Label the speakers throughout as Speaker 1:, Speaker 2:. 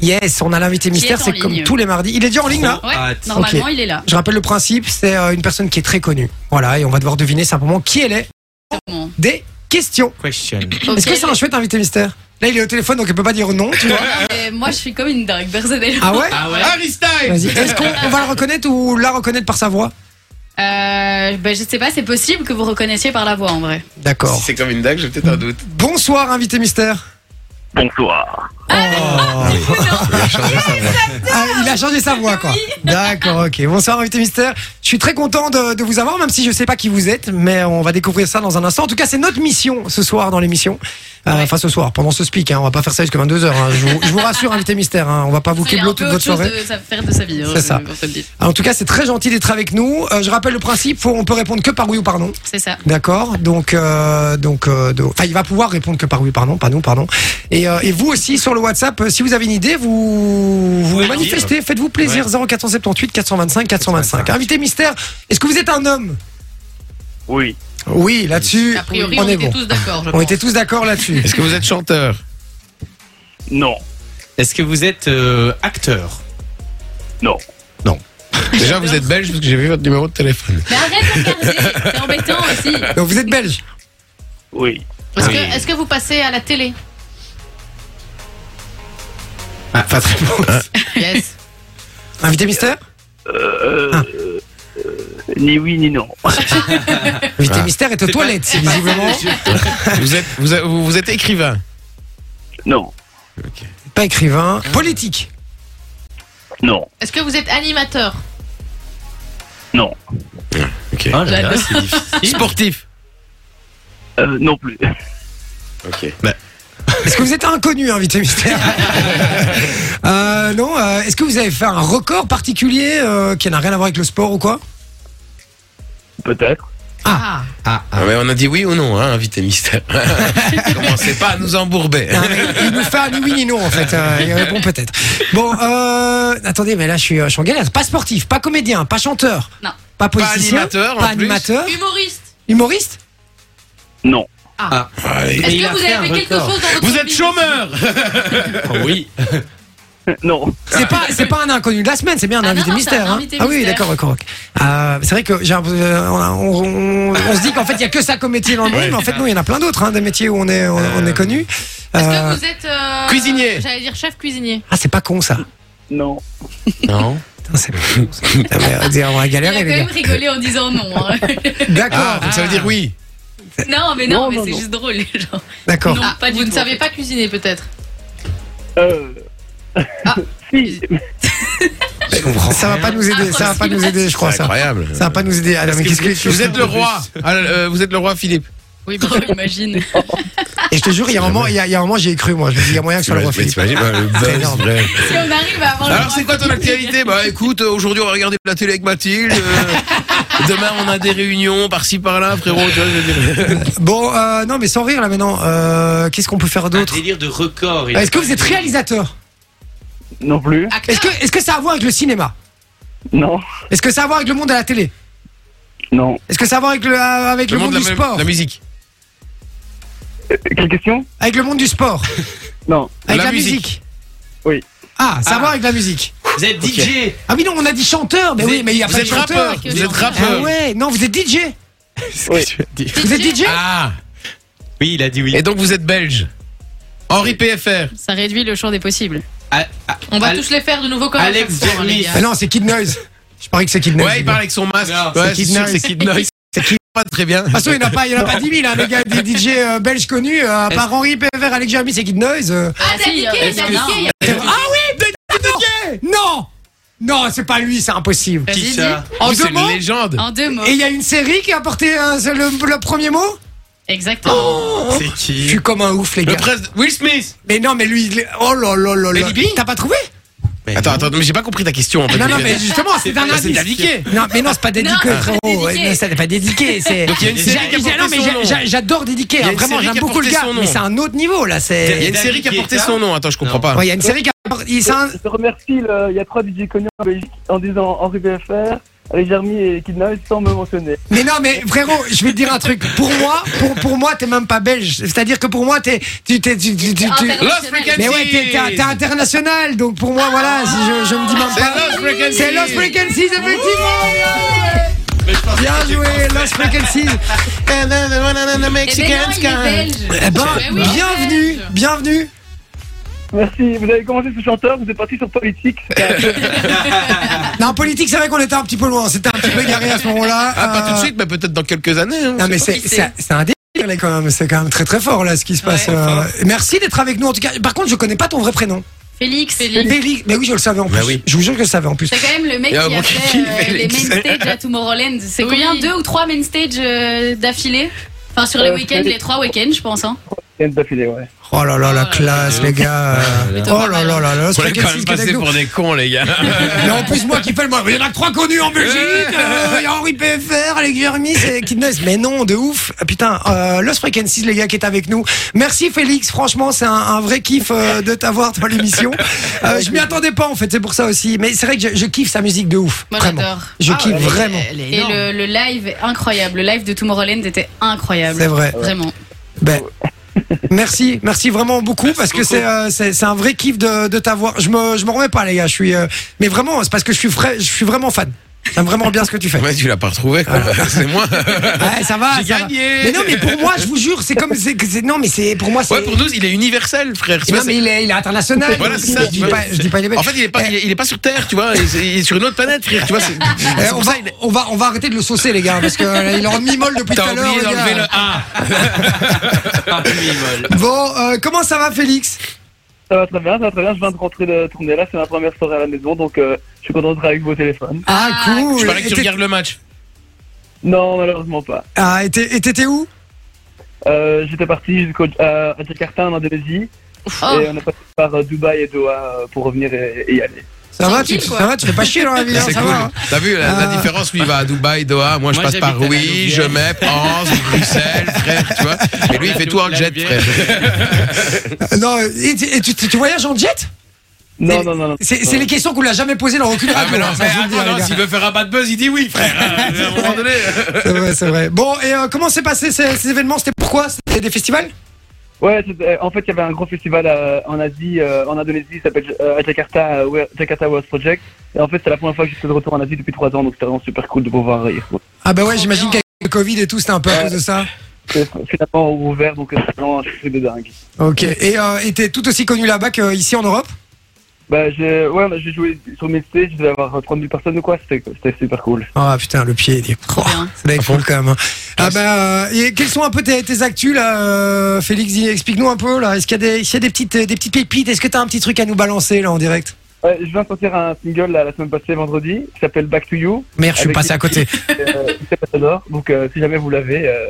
Speaker 1: Yes, on a l'invité
Speaker 2: Qui
Speaker 1: mystère,
Speaker 2: est en
Speaker 1: c'est comme
Speaker 2: ligne.
Speaker 1: tous les mardis. Il est déjà en ligne là
Speaker 2: Ouais,
Speaker 3: Hâte.
Speaker 2: normalement,
Speaker 1: Ah, Ok.
Speaker 2: il est là.
Speaker 1: Je rappelle le principe, c'est euh, une personne qui est très connue. Voilà, et on va devoir deviner simplement qui elle est.
Speaker 2: Bon.
Speaker 1: Des questions.
Speaker 3: Question.
Speaker 1: Est-ce que
Speaker 2: Ok,
Speaker 1: c'est un chouette invité mystère Là, il est au téléphone, donc il peut pas dire non. tu vois.
Speaker 2: mais Moi, je suis comme une dingue, personnellement.
Speaker 1: Ah ouais
Speaker 3: Ah ouais
Speaker 4: Harry Styles
Speaker 1: Vas-y. Est-ce qu'on on va le reconnaître ou la reconnaître par sa voix
Speaker 2: Euh, ben, je sais pas, c'est possible que vous reconnaissiez par la voix en vrai.
Speaker 1: D'accord.
Speaker 4: Si c'est comme une dague, j'ai peut-être un doute.
Speaker 1: Bonsoir, invité mystère.
Speaker 5: Bonsoir.
Speaker 1: Ah, il a changé sa voix, quoi. D'accord, ok. Bonsoir, invité mystère. Je suis très content de, de vous avoir, même si je sais pas qui vous êtes, mais on va découvrir ça dans un instant. En tout cas, c'est notre mission ce soir dans l'émission. Euh,
Speaker 2: Ouais.
Speaker 1: Enfin, ce soir, pendant ce speak, hein, on va pas faire ça jusqu'à 22h. hein. Je, vous, je vous rassure, invité mystère, hein, on va pas vous
Speaker 2: Il a
Speaker 1: québler
Speaker 2: un
Speaker 1: toute
Speaker 2: peu
Speaker 1: votre
Speaker 2: autre chose
Speaker 1: soirée.
Speaker 2: de sa- faire de sa vie. hein,
Speaker 1: C'est ça.
Speaker 2: pour te le dire.
Speaker 1: Alors, En tout cas, c'est très gentil d'être avec nous. Euh, je rappelle le principe, faut, on peut répondre que par oui ou par non.
Speaker 2: C'est ça.
Speaker 1: D'accord Donc, euh, donc, euh, donc- enfin, il va pouvoir répondre que par oui ou par non, pas non, pardon. Et, euh, et vous aussi, sur le WhatsApp, euh, si vous avez une idée, vous, vous
Speaker 3: Ouais,
Speaker 1: manifestez, faites-vous plaisir. 0478 425 425. Invité mystère, est-ce que vous êtes un homme
Speaker 5: Oui.
Speaker 1: Oui, là-dessus,
Speaker 2: A priori,
Speaker 1: on,
Speaker 2: on,
Speaker 1: est
Speaker 2: était
Speaker 1: bon.
Speaker 2: tous d'accord. je
Speaker 1: On
Speaker 2: pense.
Speaker 1: était tous d'accord là-dessus.
Speaker 4: Est-ce que vous êtes chanteur
Speaker 5: Non.
Speaker 3: Est-ce que vous êtes euh, acteur
Speaker 5: Non.
Speaker 4: Déjà, vous êtes belge parce que j'ai vu votre numéro de téléphone.
Speaker 2: Mais arrête de regarder, c'est embêtant aussi.
Speaker 1: Donc, vous êtes belge
Speaker 5: Oui.
Speaker 6: Est-ce
Speaker 3: Oui.
Speaker 6: que, est-ce que vous passez à la télé
Speaker 4: Ah, pas très bon.
Speaker 6: Yes.
Speaker 1: Invité mystère
Speaker 5: Euh,
Speaker 1: Ah.
Speaker 5: euh, ni oui ni non.
Speaker 1: Invité mystère est aux toilettes, visiblement.
Speaker 4: vous, êtes, vous, êtes- vous êtes écrivain
Speaker 5: Non.
Speaker 1: Pas écrivain. Politique
Speaker 5: Non.
Speaker 6: Est-ce que vous êtes animateur
Speaker 5: Non.
Speaker 4: Ok.
Speaker 3: Oh là là,
Speaker 2: J'adore.
Speaker 3: c'est difficile.
Speaker 4: Sportif
Speaker 5: Euh, non plus.
Speaker 4: Ok.
Speaker 1: Est-ce que vous êtes inconnu, invité mystère euh, Non. euh, Est-ce que vous avez fait un record particulier euh, qui n'a rien à voir avec le sport ou quoi
Speaker 5: Peut-être.
Speaker 6: Ah.
Speaker 4: Ah, ah, mais on a dit oui ou non, hein, invité mystère. Commencez pas à nous embourber.
Speaker 1: Non, mais Hein, Il nous fait un ni oui ni non en fait. euh, il répond peut-être. Bon, euh, attendez, mais là je suis, euh, je suis en galère. Pas sportif, pas comédien, pas chanteur,
Speaker 2: Non.
Speaker 1: pas politicien,
Speaker 4: animateur, en
Speaker 1: pas
Speaker 4: plus.
Speaker 1: animateur,
Speaker 6: Humoriste
Speaker 1: humoriste.
Speaker 5: Non.
Speaker 3: ah.
Speaker 4: Allez.
Speaker 6: Est-ce
Speaker 3: il
Speaker 6: que
Speaker 3: a
Speaker 6: vous
Speaker 3: fait
Speaker 6: avez
Speaker 3: un
Speaker 6: fait quelque
Speaker 3: record.
Speaker 6: chose dans votre
Speaker 4: Vous êtes
Speaker 6: vie
Speaker 4: chômeur
Speaker 3: Oui.
Speaker 5: Non.
Speaker 1: C'est pas, c'est pas un inconnu de la semaine, c'est bien un
Speaker 2: Ah
Speaker 1: invité
Speaker 2: non, c'est
Speaker 1: mystère.
Speaker 2: un
Speaker 1: hein.
Speaker 2: invité
Speaker 1: Ah oui,
Speaker 2: mystère.
Speaker 1: d'accord, d'accord. ok. Euh, c'est vrai que j'ai, un- euh, on, on- on- on se dit qu'en fait il y a que ça comme métier dans le monde, mais en fait nous il y en a plein d'autres, hein, des métiers où on est, on, on est connu.
Speaker 6: Est-ce
Speaker 1: Euh,
Speaker 6: que vous êtes euh,
Speaker 4: Cuisinier.
Speaker 6: J'allais dire chef cuisinier.
Speaker 1: Ah, c'est pas con ça.
Speaker 5: Non.
Speaker 4: Non.
Speaker 1: Putain, c'est pas con, ça. Putain, mais, euh, dire, on va
Speaker 2: Il a
Speaker 1: galérer,
Speaker 2: quand
Speaker 1: les
Speaker 2: même
Speaker 1: gars.
Speaker 2: rigolé en disant non. hein.
Speaker 1: D'accord,
Speaker 4: Ah, donc ça veut dire oui.
Speaker 2: Non, mais non,
Speaker 5: Non,
Speaker 2: mais
Speaker 5: non,
Speaker 2: c'est
Speaker 5: non.
Speaker 2: juste drôle. Genre.
Speaker 1: d'accord.
Speaker 2: Non, pas du
Speaker 6: vous ne
Speaker 2: tout, en
Speaker 6: savez
Speaker 2: fait.
Speaker 6: pas cuisiner peut-être.
Speaker 5: Euh.
Speaker 6: Ah.
Speaker 5: si.
Speaker 4: Je comprends.
Speaker 1: Ça va pas nous aider, ça va pas nous aider, je crois,
Speaker 4: C'est
Speaker 1: ça.
Speaker 4: incroyable.
Speaker 1: Ça va pas nous aider. Alors, mais qu'est-ce que
Speaker 4: Vous êtes le roi. Ah, euh, vous êtes le roi Philippe.
Speaker 6: Oui,
Speaker 2: Oh, imagine.
Speaker 1: Et je te jure, il y a un moment, il y a, il y a un moment, j'y ai cru, moi. Je me dis, il y a moyen que ce soit le roi Philippe.
Speaker 4: T'imagines, bah, le buzz,
Speaker 1: énorme.
Speaker 4: bref.
Speaker 2: Si on arrive à avoir le
Speaker 4: Alors c'est
Speaker 2: droit
Speaker 4: quoi ton
Speaker 2: de-
Speaker 4: actualité Bah écoute, euh, aujourd'hui on va regarder la télé avec Mathilde. euh, demain on a des réunions par-ci par-là, frérot. Tu vois, je veux dire.
Speaker 1: Bon, euh, non, mais sans rire, là, maintenant, euh, qu'est-ce qu'on peut faire
Speaker 3: Un
Speaker 1: d'autre
Speaker 3: délire de record. il a
Speaker 4: Ah,
Speaker 1: Est-ce que
Speaker 3: pas
Speaker 1: vous êtes
Speaker 3: dit.
Speaker 1: réalisateur
Speaker 5: Non plus.
Speaker 1: Est-ce que, est-ce que ça a à voir avec le cinéma
Speaker 5: Non.
Speaker 1: Est-ce que ça a à voir avec le monde à la télé
Speaker 5: Non.
Speaker 1: Est-ce que ça a à voir avec le, euh, avec le, monde,
Speaker 4: de
Speaker 1: du
Speaker 4: la, mu-
Speaker 1: sport
Speaker 4: la musique.
Speaker 5: Euh, Quelle question
Speaker 1: Avec le monde du sport
Speaker 5: Non.
Speaker 1: Avec la,
Speaker 4: La
Speaker 1: musique.
Speaker 4: musique.
Speaker 5: Oui.
Speaker 1: Ah, ça a à
Speaker 3: Ah.
Speaker 1: voir avec la musique.
Speaker 3: Vous êtes
Speaker 4: Ok.
Speaker 3: DJ
Speaker 1: Ah, mais non, on a dit chanteur, mais
Speaker 4: Vous
Speaker 1: oui,
Speaker 4: êtes-
Speaker 1: mais il y a
Speaker 4: vous
Speaker 1: pas de
Speaker 4: êtes
Speaker 1: chanteur.
Speaker 4: rappeur.
Speaker 6: avec
Speaker 4: Vous
Speaker 6: le
Speaker 4: êtes
Speaker 6: chanteur.
Speaker 1: Ah
Speaker 4: rappeur.
Speaker 1: ouais, non, vous êtes DJ
Speaker 5: Oui.
Speaker 1: Vous êtes DJ
Speaker 4: Ah
Speaker 3: Oui, il a dit oui.
Speaker 4: Et donc vous êtes belge. Henri PFR.
Speaker 2: Ça réduit le champ des possibles.
Speaker 3: Ah, ah,
Speaker 6: On va
Speaker 3: Al-
Speaker 6: tous les faire de nouveau comme
Speaker 3: Alex
Speaker 6: à chaque
Speaker 2: hein,
Speaker 6: fois,
Speaker 3: Vernis.
Speaker 6: les gars.
Speaker 1: Ah non, c'est Kid Noise. Je parie que c'est Kid Noise.
Speaker 4: Ouais, il parle avec son masque.
Speaker 3: Non,
Speaker 4: ouais,
Speaker 1: c'est Kid
Speaker 4: sûr,
Speaker 1: Noise.
Speaker 4: c'est Kid Noise. C'est Kid pas très bien.
Speaker 1: De toute façon, Ah, il n'y en a pas, il y en a pas 10 000, hein, les gars, des DJ euh, belges connus, euh, à part Henri Pévert, Alex Jeremy, c'est Kid Noise. euh.
Speaker 6: Ah, t'as
Speaker 2: si,
Speaker 6: niqué,
Speaker 2: euh,
Speaker 6: t'as
Speaker 2: il y en a
Speaker 6: niqué.
Speaker 1: Ah oui, ben- non, non, non, c'est pas lui, c'est impossible.
Speaker 2: Vas-y,
Speaker 3: Qui
Speaker 2: dis.
Speaker 3: ça
Speaker 1: En
Speaker 4: Vous,
Speaker 1: deux
Speaker 4: c'est une
Speaker 1: mots
Speaker 4: légende.
Speaker 2: En deux mots.
Speaker 1: Et il y a une série qui a porté euh, c'est le, le premier mot
Speaker 2: Exactement.
Speaker 3: C'est
Speaker 1: Je
Speaker 3: qui
Speaker 1: suis comme un ouf, les
Speaker 4: Le
Speaker 1: gars.
Speaker 4: prince Will Smith.
Speaker 1: Mais non, mais lui, il est- oh là là là là.
Speaker 4: Lady Bing
Speaker 1: T'as pas trouvé
Speaker 3: Mais
Speaker 4: Attends,
Speaker 3: non.
Speaker 4: attends, mais j'ai pas compris ta question en fait.
Speaker 1: Eh Non, non, mais justement, c'est un
Speaker 3: pas-
Speaker 4: c'est
Speaker 1: indice.
Speaker 4: indiqué.
Speaker 1: Non, mais non, c'est pas dédiqué,
Speaker 2: Non,
Speaker 1: frérot.
Speaker 2: c'est dédiqué.
Speaker 1: Ouais, non, Ça n'est pas dédiqué. C'est.
Speaker 4: Donc il y a une
Speaker 3: J'ai-
Speaker 4: série qui a
Speaker 1: J'ai-
Speaker 4: porté
Speaker 1: non, mais
Speaker 4: son
Speaker 1: j'ai-
Speaker 4: nom.
Speaker 1: j'ai- j'adore dédiquer.
Speaker 4: Il y a
Speaker 1: hein,
Speaker 4: une
Speaker 1: Vraiment,
Speaker 4: série
Speaker 1: j'aime
Speaker 4: qui a
Speaker 1: beaucoup le
Speaker 4: porté
Speaker 1: gars,
Speaker 4: son nom.
Speaker 1: mais c'est un autre niveau là.
Speaker 4: Il y a
Speaker 1: C'est.
Speaker 4: une série qui a porté
Speaker 3: Guetta
Speaker 4: son nom. Attends, je comprends
Speaker 3: Non.
Speaker 4: pas.
Speaker 1: Ouais, il y a une série qui a. porté- il- c'est un-
Speaker 5: Je te remercie, le- il y a trois DJ connus en Belgique en disant Henri BFR, Avec Jeremy et Kidna sans me mentionner.
Speaker 1: Mais non, mais frérot, je vais te dire un truc. Pour moi, pour, pour moi, t'es même pas belge. C'est-à-dire que pour moi, t'es, tu, t'es, tu, tu, tu- tu-
Speaker 4: Lost Frequencies
Speaker 1: mais ouais, t'es, t'es- t'es international. Donc pour moi, voilà, si je, je me dis même
Speaker 4: C'est
Speaker 1: pas.
Speaker 4: Lost Frequencies
Speaker 1: C'est Lost Frequencies, effectivement. Bien joué, Lost Frequencies.
Speaker 4: And then the one and the
Speaker 6: Eh ben non,
Speaker 4: Mexican
Speaker 6: il est
Speaker 4: sky.
Speaker 6: belge.
Speaker 1: Eh ben,
Speaker 6: Mais oui,
Speaker 1: bienvenue,
Speaker 6: belge.
Speaker 1: bienvenue.
Speaker 5: Merci, vous avez commencé ce chanteur, vous êtes parti sur politique.
Speaker 1: Non, en politique, c'est vrai qu'on était un petit peu loin. C'était un petit peu égaré à ce moment-là.
Speaker 4: Ah, pas tout de
Speaker 1: Euh,
Speaker 4: suite, mais peut-être dans quelques années. hein.
Speaker 1: Non mais c'est
Speaker 6: qui c'est.
Speaker 1: c'est c'est un délire là, quand même, c'est quand même très très fort là ce qui se passe.
Speaker 6: Ouais.
Speaker 1: euh, Merci d'être avec nous en tout cas. Par contre, je connais pas ton vrai prénom.
Speaker 2: Félix.
Speaker 6: Félix.
Speaker 1: Félix. Mais oui, je le savais en plus.
Speaker 4: Bah oui.
Speaker 1: Je vous jure que je le savais en plus.
Speaker 2: C'est quand même le mec
Speaker 4: Il y a
Speaker 2: qui
Speaker 4: un
Speaker 2: a
Speaker 4: bon
Speaker 2: fait
Speaker 4: kiki,
Speaker 2: euh, les
Speaker 4: Félix.
Speaker 2: main stages à Tomorrowland. C'est
Speaker 6: Oui.
Speaker 2: combien Deux ou trois main stages euh, d'affilée Enfin, sur les
Speaker 5: Euh,
Speaker 2: week-ends, les trois week-ends, je pense. Hein.
Speaker 5: Rien d'affilée, ouais.
Speaker 1: Oh là là la classe les gars.
Speaker 6: Mais toi,
Speaker 1: Oh là
Speaker 6: pas
Speaker 1: là
Speaker 6: mal.
Speaker 1: là là.
Speaker 4: Vous
Speaker 1: c'est
Speaker 4: allez
Speaker 1: pas
Speaker 4: quand
Speaker 1: Cassis
Speaker 4: même
Speaker 1: qui est avec
Speaker 4: passer
Speaker 1: nous.
Speaker 4: pour des cons, les gars.
Speaker 1: Mais Euh, en plus moi qui fais le moi. Il y en a que trois connus en Belgique. euh, Il y a Henri PFR, Alex Jeremy, c'est Kidness. Mais non, de ouf. Ah, Putain, euh, Lost Frequencies les gars qui est avec nous. Merci Félix. Franchement, c'est un, un vrai kiff euh, de t'avoir dans l'émission. Euh, je m'y attendais pas en fait. C'est pour ça aussi. Mais c'est vrai que je, je kiffe sa musique de ouf.
Speaker 6: Moi,
Speaker 1: vraiment.
Speaker 6: j'adore.
Speaker 1: Je
Speaker 6: Ah,
Speaker 1: kiffe
Speaker 6: ouais.
Speaker 1: vraiment.
Speaker 6: Elle est
Speaker 2: Et
Speaker 6: énorme.
Speaker 2: le, le live est incroyable. Le live de Tomorrowland était incroyable.
Speaker 1: C'est
Speaker 6: Ah
Speaker 1: vrai.
Speaker 2: Vraiment.
Speaker 1: Ben, merci, merci vraiment beaucoup parce que c'est euh, c'est c'est un vrai kiff de, de t'avoir. Je me je m'en remets pas les gars. Je suis euh, mais vraiment c'est parce que je suis frais, je suis vraiment fan. J'aime vraiment bien ce que tu fais.
Speaker 4: Mais tu l'as pas retrouvé, quoi. C'est moi.
Speaker 1: Ouais, ça va.
Speaker 4: J'ai
Speaker 1: ça va.
Speaker 4: gagné.
Speaker 1: Mais non, mais pour moi, je vous jure, c'est comme c'est que c'est- non, mais c'est pour moi c'est.
Speaker 4: Ouais, pour nous, il est universel, frère. Tu
Speaker 1: non,
Speaker 4: vois,
Speaker 1: mais il est, il est international.
Speaker 4: Voilà, c'est ça,
Speaker 1: je,
Speaker 4: tu
Speaker 1: dis
Speaker 4: vois.
Speaker 1: pas, je dis pas il est
Speaker 4: c'est-
Speaker 1: belge.
Speaker 4: En fait, Eh ben, il est pas, il est, il est pas sur Terre, tu vois. Il est, il est sur une autre planète, frère. Tu vois, c'est.
Speaker 1: Eh, on, va, on, va, on va arrêter de le saucer, les gars, parce que euh, il est en demi-molle depuis tout
Speaker 4: T'as
Speaker 1: à l'heure.
Speaker 4: oublié
Speaker 1: les
Speaker 4: d'enlever le
Speaker 1: gars.
Speaker 4: A.
Speaker 3: Ah, oui, molle.
Speaker 1: Bon, euh, comment ça va, Félix
Speaker 5: Ça va très bien, ça va très bien, je viens de rentrer de tourner là, c'est ma première soirée à la maison, donc euh, je suis content d'être avec vos téléphones.
Speaker 1: Ah, cool.
Speaker 4: Je parlais que
Speaker 1: Et
Speaker 4: tu
Speaker 1: t'es-
Speaker 4: regardes le match.
Speaker 5: Non, malheureusement pas.
Speaker 1: Ah, et t'es- et t'étais où
Speaker 5: Euh, J'étais parti jusqu'au- euh, à Jakarta en Indonésie,
Speaker 1: Ah.
Speaker 6: Oh.
Speaker 5: et on est passé par euh, Dubaï et Doha euh, pour revenir et, et y aller.
Speaker 1: ça va, tu,
Speaker 2: Tranquille, quoi.
Speaker 1: ça va, tu fais pas chier dans la vie, hein,
Speaker 4: C'est
Speaker 1: ça
Speaker 4: cool.
Speaker 1: va. hein.
Speaker 4: T'as vu la, la
Speaker 1: Ah.
Speaker 4: différence Lui, il va à Dubaï, Doha. Ah, Moi, je
Speaker 3: Moi,
Speaker 4: passe par
Speaker 3: j'habite à la
Speaker 4: Rouy,
Speaker 3: Louvière.
Speaker 4: je mets Anse, Bruxelles, frère, tu vois. Et lui, il fait tout en
Speaker 3: La
Speaker 4: jet,
Speaker 3: Louvière.
Speaker 4: frère.
Speaker 1: Euh, Non, et, tu- et tu, tu- tu voyages en jet
Speaker 5: Non,
Speaker 1: C'est-
Speaker 5: non, Euh, non, non.
Speaker 1: C'est c'est les questions qu'on l'a jamais posées dans aucune
Speaker 4: Ah,
Speaker 1: radio.
Speaker 4: mais non,
Speaker 1: hein, ça,
Speaker 4: mais
Speaker 1: je vous le dis,
Speaker 4: attends,
Speaker 1: les
Speaker 4: non,
Speaker 1: gars.
Speaker 4: s'il veut faire un bad buzz, il dit oui, frère. Euh, à un moment donné.
Speaker 1: C'est vrai, c'est vrai. Bon, et euh, comment s'est passé ces, ces événements C'était pourquoi C'était des festivals
Speaker 5: Ouais, c'était- en fait, il y avait un gros festival euh, en Asie, euh, en Indonésie, ça s'appelle euh, à Jakarta, euh, Wor- Jakarta World Project. Et en fait, c'est la première fois que je suis de retour en Asie depuis trois ans, donc c'était vraiment super cool de pouvoir y retourner.
Speaker 1: Ah bah ouais,
Speaker 6: Trop
Speaker 1: j'imagine
Speaker 6: bien.
Speaker 1: qu'avec le Covid et tout, c'était un peu à
Speaker 5: Ouais.
Speaker 1: cause de ça.
Speaker 5: C'est finalement ouvert, donc euh, c'est vraiment un truc de dingue.
Speaker 1: Ok. Et euh, et t'es tout aussi connu là-bas qu'ici en Europe
Speaker 5: Bah, j'ai ouais, bah, j'ai joué sur mes stages, je devais avoir euh, 3000 personnes ou quoi, c'était c'était super cool.
Speaker 1: Ah putain, le pied, il est... Oh,
Speaker 2: Trop bien.
Speaker 1: ça doit être cool quand même. hein. Ah bah, euh, et quels sont un peu tes, tes actus là, euh, Félix dis- Explique-nous un peu là. Est-ce qu'il y a des, s'il y a des petites, euh, des petites pépites Est-ce que t'as un petit truc à nous balancer là en direct
Speaker 5: Ouais, je viens de sortir un single là, la semaine passée, vendredi, qui s'appelle Back to You,
Speaker 1: Merde, je suis
Speaker 5: Avec
Speaker 1: passé
Speaker 5: des
Speaker 1: à côté.
Speaker 5: et, euh, c'est pas sonore, donc euh, si jamais vous l'avez, euh,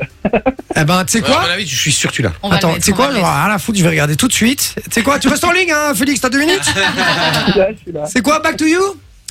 Speaker 1: Eh ben, tu sais
Speaker 4: Ouais, À
Speaker 1: quoi
Speaker 4: mon avis, je suis sûr que tu l'as.
Speaker 6: On va
Speaker 1: Attends,
Speaker 6: le
Speaker 1: tu
Speaker 6: mettre,
Speaker 1: sais
Speaker 6: on va
Speaker 1: quoi
Speaker 6: le
Speaker 1: J'en ai
Speaker 6: mettre.
Speaker 1: rien à foutre, je vais regarder tout de suite. Tu sais quoi Tu restes en ligne, hein, Félix T'as deux minutes
Speaker 5: je suis là, je suis là.
Speaker 1: C'est quoi Back to You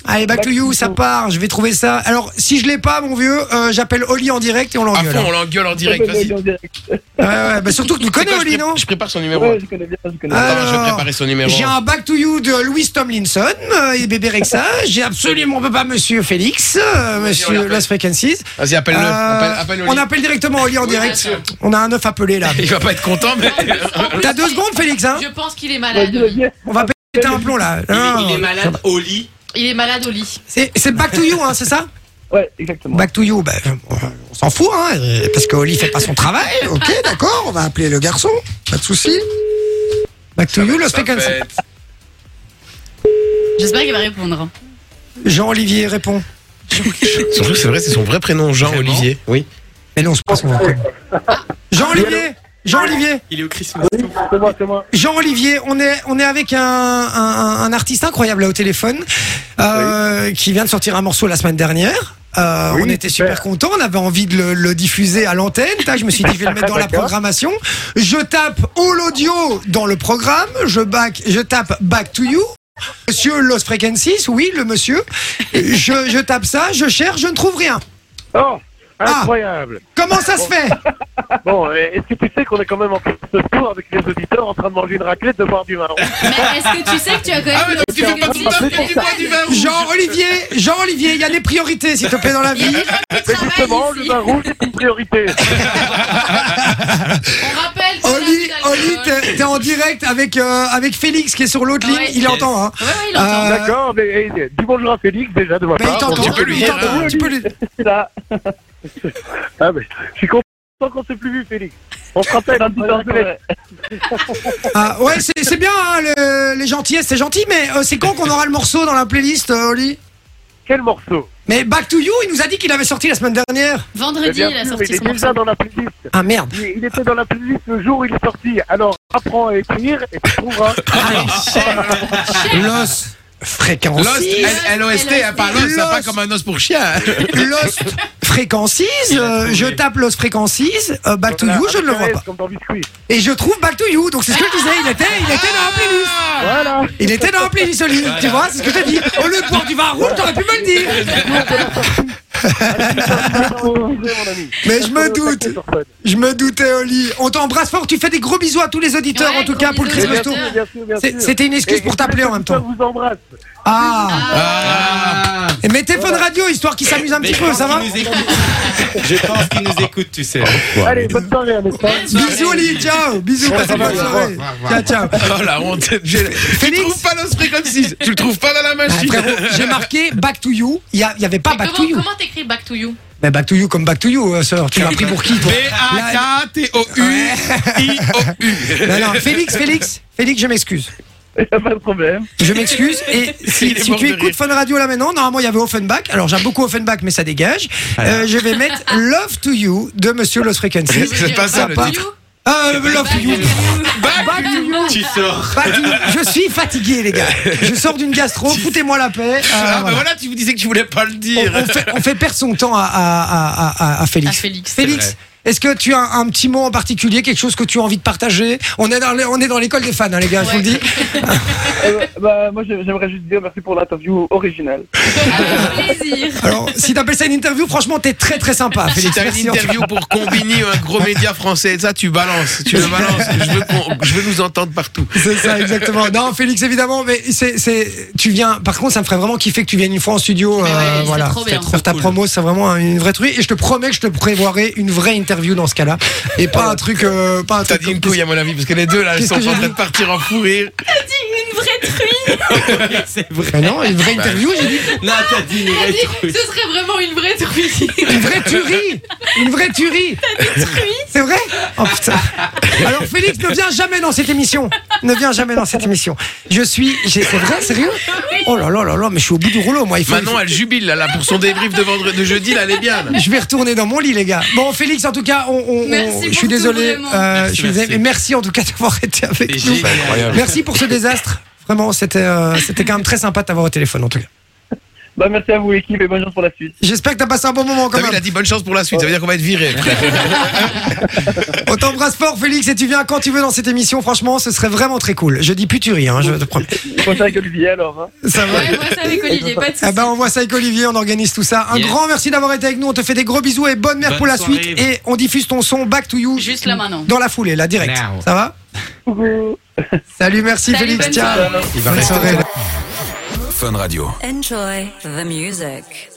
Speaker 1: Allez, back,
Speaker 5: Back
Speaker 1: to
Speaker 5: to
Speaker 1: you,
Speaker 5: you.
Speaker 1: ça part, je vais trouver ça. Alors, si je l'ai pas, mon vieux, euh, j'appelle Oli en direct et on
Speaker 4: À
Speaker 1: l'engueule.
Speaker 4: fond, on
Speaker 1: hein.
Speaker 4: l'engueule en direct,
Speaker 5: Ouais,
Speaker 4: vas-y.
Speaker 5: en direct.
Speaker 1: Ouais, ouais, bah surtout que tu le
Speaker 4: C'est
Speaker 1: connais
Speaker 4: quoi, je
Speaker 1: Oli,
Speaker 4: pré-
Speaker 1: non
Speaker 4: Je prépare son numéro.
Speaker 5: Ouais, je connais bien, je connais bien.
Speaker 1: Ah.
Speaker 4: Attends, je vais
Speaker 1: Alors,
Speaker 4: préparer son numéro.
Speaker 1: J'ai un back to you de Louis Tomlinson euh, et Bébé Rexa. J'ai absolument pas monsieur Félix, euh, monsieur
Speaker 4: l'appelle.
Speaker 1: Lost Frequencies.
Speaker 4: Vas-y, appelle-le.
Speaker 1: Euh,
Speaker 4: Appelle- Appelle-le.
Speaker 1: on appelle directement Oli en direct.
Speaker 6: bien sûr.
Speaker 1: On a un œuf appelé là.
Speaker 4: Il va pas être content, mais.
Speaker 1: T'as deux secondes, Félix, hein
Speaker 6: Je pense qu'il est
Speaker 2: Ah,
Speaker 5: Vas-y,
Speaker 6: malade.
Speaker 5: vas-y.
Speaker 1: On va péter un plomb là.
Speaker 3: Il
Speaker 1: Non,
Speaker 3: est- Il est malade au lit.
Speaker 6: Il est malade au lit.
Speaker 1: C'est c'est back to you, hein, c'est ça
Speaker 5: Ouais, exactement.
Speaker 1: Back to you, ben, euh, on s'en fout, hein, euh, parce que Oli fait pas son travail. Ok, d'accord, on va appeler le garçon, pas de souci. Back to you, Lost Frequencies.
Speaker 2: J'espère qu'il va répondre.
Speaker 1: Jean-Olivier répond.
Speaker 4: Surtout que c'est vrai, c'est son vrai prénom, Jean-Olivier. Oui.
Speaker 1: Mais non, c'est pas son vrai prénom. Ah. Jean-Olivier Jean-Olivier
Speaker 3: Il est au Christmas.
Speaker 5: C'est moi, c'est moi.
Speaker 1: Jean-Olivier, on est, on est avec un, un, un artiste incroyable là au téléphone euh, qui vient de sortir un morceau la semaine dernière. Euh,
Speaker 5: Oui,
Speaker 1: on était
Speaker 5: super.
Speaker 1: super contents, on avait envie de le, le diffuser à l'antenne. tac, Je me suis dit, je vais le mettre dans la
Speaker 5: D'accord.
Speaker 1: programmation. Je tape All Audio dans le programme. Je, back, je tape Back to You. Monsieur Lost Frequencies, oui, le monsieur. Je, je tape ça, je cherche, je ne trouve rien.
Speaker 5: Oh Incroyable.
Speaker 1: Comment ça se fait
Speaker 5: Bon, euh, est-ce que tu sais qu'on est quand même en cours de tour avec les auditeurs en train de manger une raclette, de boire du vin rouge
Speaker 2: Mais est-ce que tu sais que tu as quand même.
Speaker 4: Ah ouais, donc tu fais pas ton taf
Speaker 2: l'obligation
Speaker 4: quand tu bois du vin rouge.
Speaker 1: Jean-Olivier, Jean-Olivier, il y a des priorités, s'il te plaît, dans la
Speaker 2: Il y a
Speaker 1: vie.
Speaker 2: des gens qui
Speaker 5: Mais
Speaker 2: travaillent
Speaker 5: justement, le
Speaker 2: ici.
Speaker 5: vin rouge est une priorité.
Speaker 6: On rappelle que
Speaker 1: Oli,
Speaker 6: l'invite
Speaker 1: Oli,
Speaker 6: alcool.
Speaker 1: t'es- t'es en direct avec, euh, avec Félix qui est sur l'autre
Speaker 6: Ouais.
Speaker 1: ligne. Il entend, hein.
Speaker 6: Ouais, ouais, il entend.
Speaker 1: Euh,
Speaker 5: D'accord, mais eh, dis bonjour à Félix déjà de ma
Speaker 1: Bah, il
Speaker 5: part.
Speaker 1: t'entend.
Speaker 4: tu peux lui
Speaker 1: il
Speaker 4: dire,
Speaker 1: t'entend,
Speaker 5: hein.
Speaker 1: tu peux lui-
Speaker 5: Bonjour, là. ah, mais je suis content qu'on s'est plus vu, Félix. On se rappelle un petit peu.
Speaker 1: Ah, ouais, c'est c'est bien, hein, le- les gentillesses, c'est gentil, mais euh, c'est quand qu'on aura le morceau dans la playlist, euh, Oli
Speaker 5: Quel morceau
Speaker 1: Mais Back to You, il nous a dit qu'il avait sorti la semaine dernière.
Speaker 5: Eh
Speaker 6: Vendredi,
Speaker 5: bien
Speaker 6: il a
Speaker 5: sûr,
Speaker 6: sorti
Speaker 5: Il
Speaker 6: son
Speaker 5: est
Speaker 6: morceau.
Speaker 5: déjà dans la playlist.
Speaker 1: Ah merde.
Speaker 5: Il il était dans la playlist le jour où il est sorti. Alors, apprends à écrire et tu trouveras.
Speaker 1: Ah, Lost. Fréquence.
Speaker 4: Lost, L-O-S-T, hein, pas Lost, hein, pas comme un os pour chien. hein.
Speaker 1: Lost fréquences, euh, je tape Lost fréquences, euh, Back to
Speaker 5: Voilà,
Speaker 1: You, je ne le
Speaker 5: avec
Speaker 1: vois
Speaker 5: un
Speaker 1: pas.
Speaker 5: S Comme dans Biscuit.
Speaker 1: Et je trouve Back to You, donc c'est ce que je disais, il était, il était dans la playlist.
Speaker 5: Voilà.
Speaker 1: Il était dans la playlist, Oli, tu vois, c'est ce que je t'ai dit. Au lieu de boire du vin rouge, t'aurais pu me le dire.
Speaker 5: mon ami.
Speaker 1: Mais je me doute, je me doutais, Oli. On t'embrasse fort, tu fais des gros bisous à tous les auditeurs,
Speaker 6: Ouais,
Speaker 1: en tout
Speaker 6: gros
Speaker 1: cas, pour le
Speaker 6: bisous,
Speaker 1: Chris
Speaker 5: Bien
Speaker 1: Resto.
Speaker 5: sûr, bien sûr, bien
Speaker 1: C'est-
Speaker 5: sûr.
Speaker 1: C'était une excuse pour t'appeler en même
Speaker 5: Je
Speaker 1: temps.
Speaker 5: vous embrasse.
Speaker 1: Ah,
Speaker 3: Euh,
Speaker 4: Ah.
Speaker 1: et mets tes phones radio, histoire qu'ils s'amusent un
Speaker 3: Mais
Speaker 1: petit
Speaker 3: je
Speaker 1: peu,
Speaker 3: pense
Speaker 1: ça
Speaker 3: qu'il
Speaker 1: va
Speaker 3: nous écoute. Je pense qu'il nous écoute, tu sais.
Speaker 5: Allez, bonne soirée, à pas
Speaker 1: Bisous, Oli, ciao, bisous, passez une bonne soirée. Ciao, ciao.
Speaker 4: Oh la honte. Je- Tu
Speaker 1: Félix
Speaker 4: trouves pas l'os précoce Tu le trouves pas dans la
Speaker 1: Ah,
Speaker 4: machine
Speaker 1: frérot, j'ai marqué Back to You. Il n'y avait pas
Speaker 6: Mais
Speaker 1: Back to
Speaker 6: comment-
Speaker 1: You.
Speaker 6: Comment t'écris Back to You
Speaker 1: Mais Back to You comme Back to You, euh, sœur. Tu m'as pris pour qui, toi
Speaker 4: B-A-K-T-O-U-I-O-U.
Speaker 1: Non, Ah, non, Félix, Félix, Félix, je m'excuse.
Speaker 5: Y'a pas de problème.
Speaker 1: Je m'excuse. Et si,
Speaker 4: Il est
Speaker 1: si
Speaker 4: mort
Speaker 1: tu
Speaker 4: de
Speaker 1: écoutes
Speaker 4: rire.
Speaker 1: Fun Radio là maintenant, normalement il y avait Offenbach. Alors j'aime beaucoup Offenbach, mais ça dégage. Euh, je vais mettre Love to You de Monsieur Los Frequencies.
Speaker 4: C'est pas ça, le
Speaker 6: Back to
Speaker 1: titre.
Speaker 6: You
Speaker 1: Euh, love to You.
Speaker 4: Back
Speaker 1: to you.
Speaker 3: Tu sors.
Speaker 1: Back to you. Je suis fatigué, les gars. Je sors d'une gastro. Foutez-moi la paix. Euh,
Speaker 4: Ah, bah
Speaker 1: voilà.
Speaker 4: voilà, tu vous disais que tu voulais pas le dire.
Speaker 1: on, on fait, on fait perdre son temps à, à, à, à- à
Speaker 6: Ah,
Speaker 1: Félix.
Speaker 6: Félix.
Speaker 1: Félix, est-ce que tu as un petit mot en particulier, quelque chose que tu as envie de partager On est dans le- on est dans l'école des fans, hein, les gars, je vous le dis.
Speaker 5: Eh ben, bah, moi, je- j'aimerais juste dire merci pour l'interview originale.
Speaker 6: Avec Ah, plaisir.
Speaker 1: Alors, si t'appelles ça une interview, franchement, t'es très très sympa.
Speaker 4: Si
Speaker 1: Félix,
Speaker 4: t'as
Speaker 1: merci.
Speaker 4: une
Speaker 1: en tout
Speaker 4: interview pour Combini ou un gros média français, ça tu balances, tu le balances. Je veux, qu'on- je veux nous entendre partout.
Speaker 1: C'est ça, exactement. Non, Félix, évidemment, mais c'est, c'est, tu viens. Par contre, ça me ferait vraiment kiffer que tu viennes une fois en studio.
Speaker 6: Mais ouais,
Speaker 1: euh,
Speaker 6: c'est
Speaker 1: voilà.
Speaker 6: trop bien.
Speaker 1: Pour ta promo, c'est vraiment une vraie truc. Et je te promets que je te prévoirai une vraie interview dans ce cas-là. Et pas un truc, euh, pas un
Speaker 4: T'as
Speaker 1: truc.
Speaker 4: dit une
Speaker 1: comme-
Speaker 4: couille à mon avis, parce que les deux là, ils
Speaker 1: Qu'est-ce
Speaker 4: sont
Speaker 1: que j'ai
Speaker 4: en train
Speaker 1: dit
Speaker 4: de partir en fou rire.
Speaker 6: Une vraie truie.
Speaker 1: Mais non, une
Speaker 4: Bah.
Speaker 1: vraie interview, j'ai dit
Speaker 3: Non, t'as dit une vraie
Speaker 6: Ce
Speaker 3: truc.
Speaker 6: serait vraiment une vraie truie.
Speaker 1: une vraie tuerie. Une vraie tuerie. C'est vrai Oh putain. Alors, Félix, ne viens jamais dans cette émission. Ne viens jamais dans cette émission. Je suis. j'ai- C'est vrai, sérieux Oh là là là là, mais je suis au bout du rouleau, moi. Il faut,
Speaker 4: Manon, elle jubile là, là pour son débrief de vendredi, de jeudi, là, elle est bien. là.
Speaker 1: Je vais retourner dans mon lit, les gars. Bon, Félix, en tout cas, on, on- on-
Speaker 6: Merci
Speaker 1: je
Speaker 6: pour tout,
Speaker 1: suis désolé. euh,
Speaker 6: vraiment.
Speaker 1: je
Speaker 3: Merci,
Speaker 1: suis désolé,
Speaker 3: merci.
Speaker 1: mais merci en tout cas d'avoir été avec
Speaker 3: C'est
Speaker 1: nous.
Speaker 3: génial.
Speaker 1: Merci pour ce désastre. Vraiment, c'était euh, c'était quand même très sympa de t'avoir au téléphone, en tout cas.
Speaker 5: Bah, merci à vous, l'équipe, et bonne chance pour la suite.
Speaker 1: J'espère que t'as passé un bon moment quand
Speaker 4: T'as vu, il a
Speaker 1: même.
Speaker 4: dit bonne chance pour la suite, ça veut dire qu'on va être viré.
Speaker 1: On t'embrasse fort, Félix, et tu viens quand tu veux dans cette émission. Franchement, ce serait vraiment très cool. Je dis puterie, hein, je te promets.
Speaker 5: Prochain avec Olivier, alors. hein.
Speaker 1: Ça va.
Speaker 6: Ouais, moi, c'est avec Olivier, pas de soucis.
Speaker 1: Eh ben, on voit ça avec Olivier, on organise tout ça. Un
Speaker 3: Yes.
Speaker 1: grand merci d'avoir été avec nous. On te fait des gros bisous et bonne mère
Speaker 3: Bonne
Speaker 1: pour la
Speaker 3: soirée.
Speaker 1: suite. Et on diffuse ton son Back to You
Speaker 6: Juste là maintenant.
Speaker 1: dans la foulée, là, direct.
Speaker 3: Now.
Speaker 1: Ça va
Speaker 5: Coucou.
Speaker 1: Salut, merci,
Speaker 6: Salut,
Speaker 1: Félix.
Speaker 6: bonne
Speaker 1: Ciao.
Speaker 6: soirée.
Speaker 1: Bonne soirée.
Speaker 7: Enjoy the music.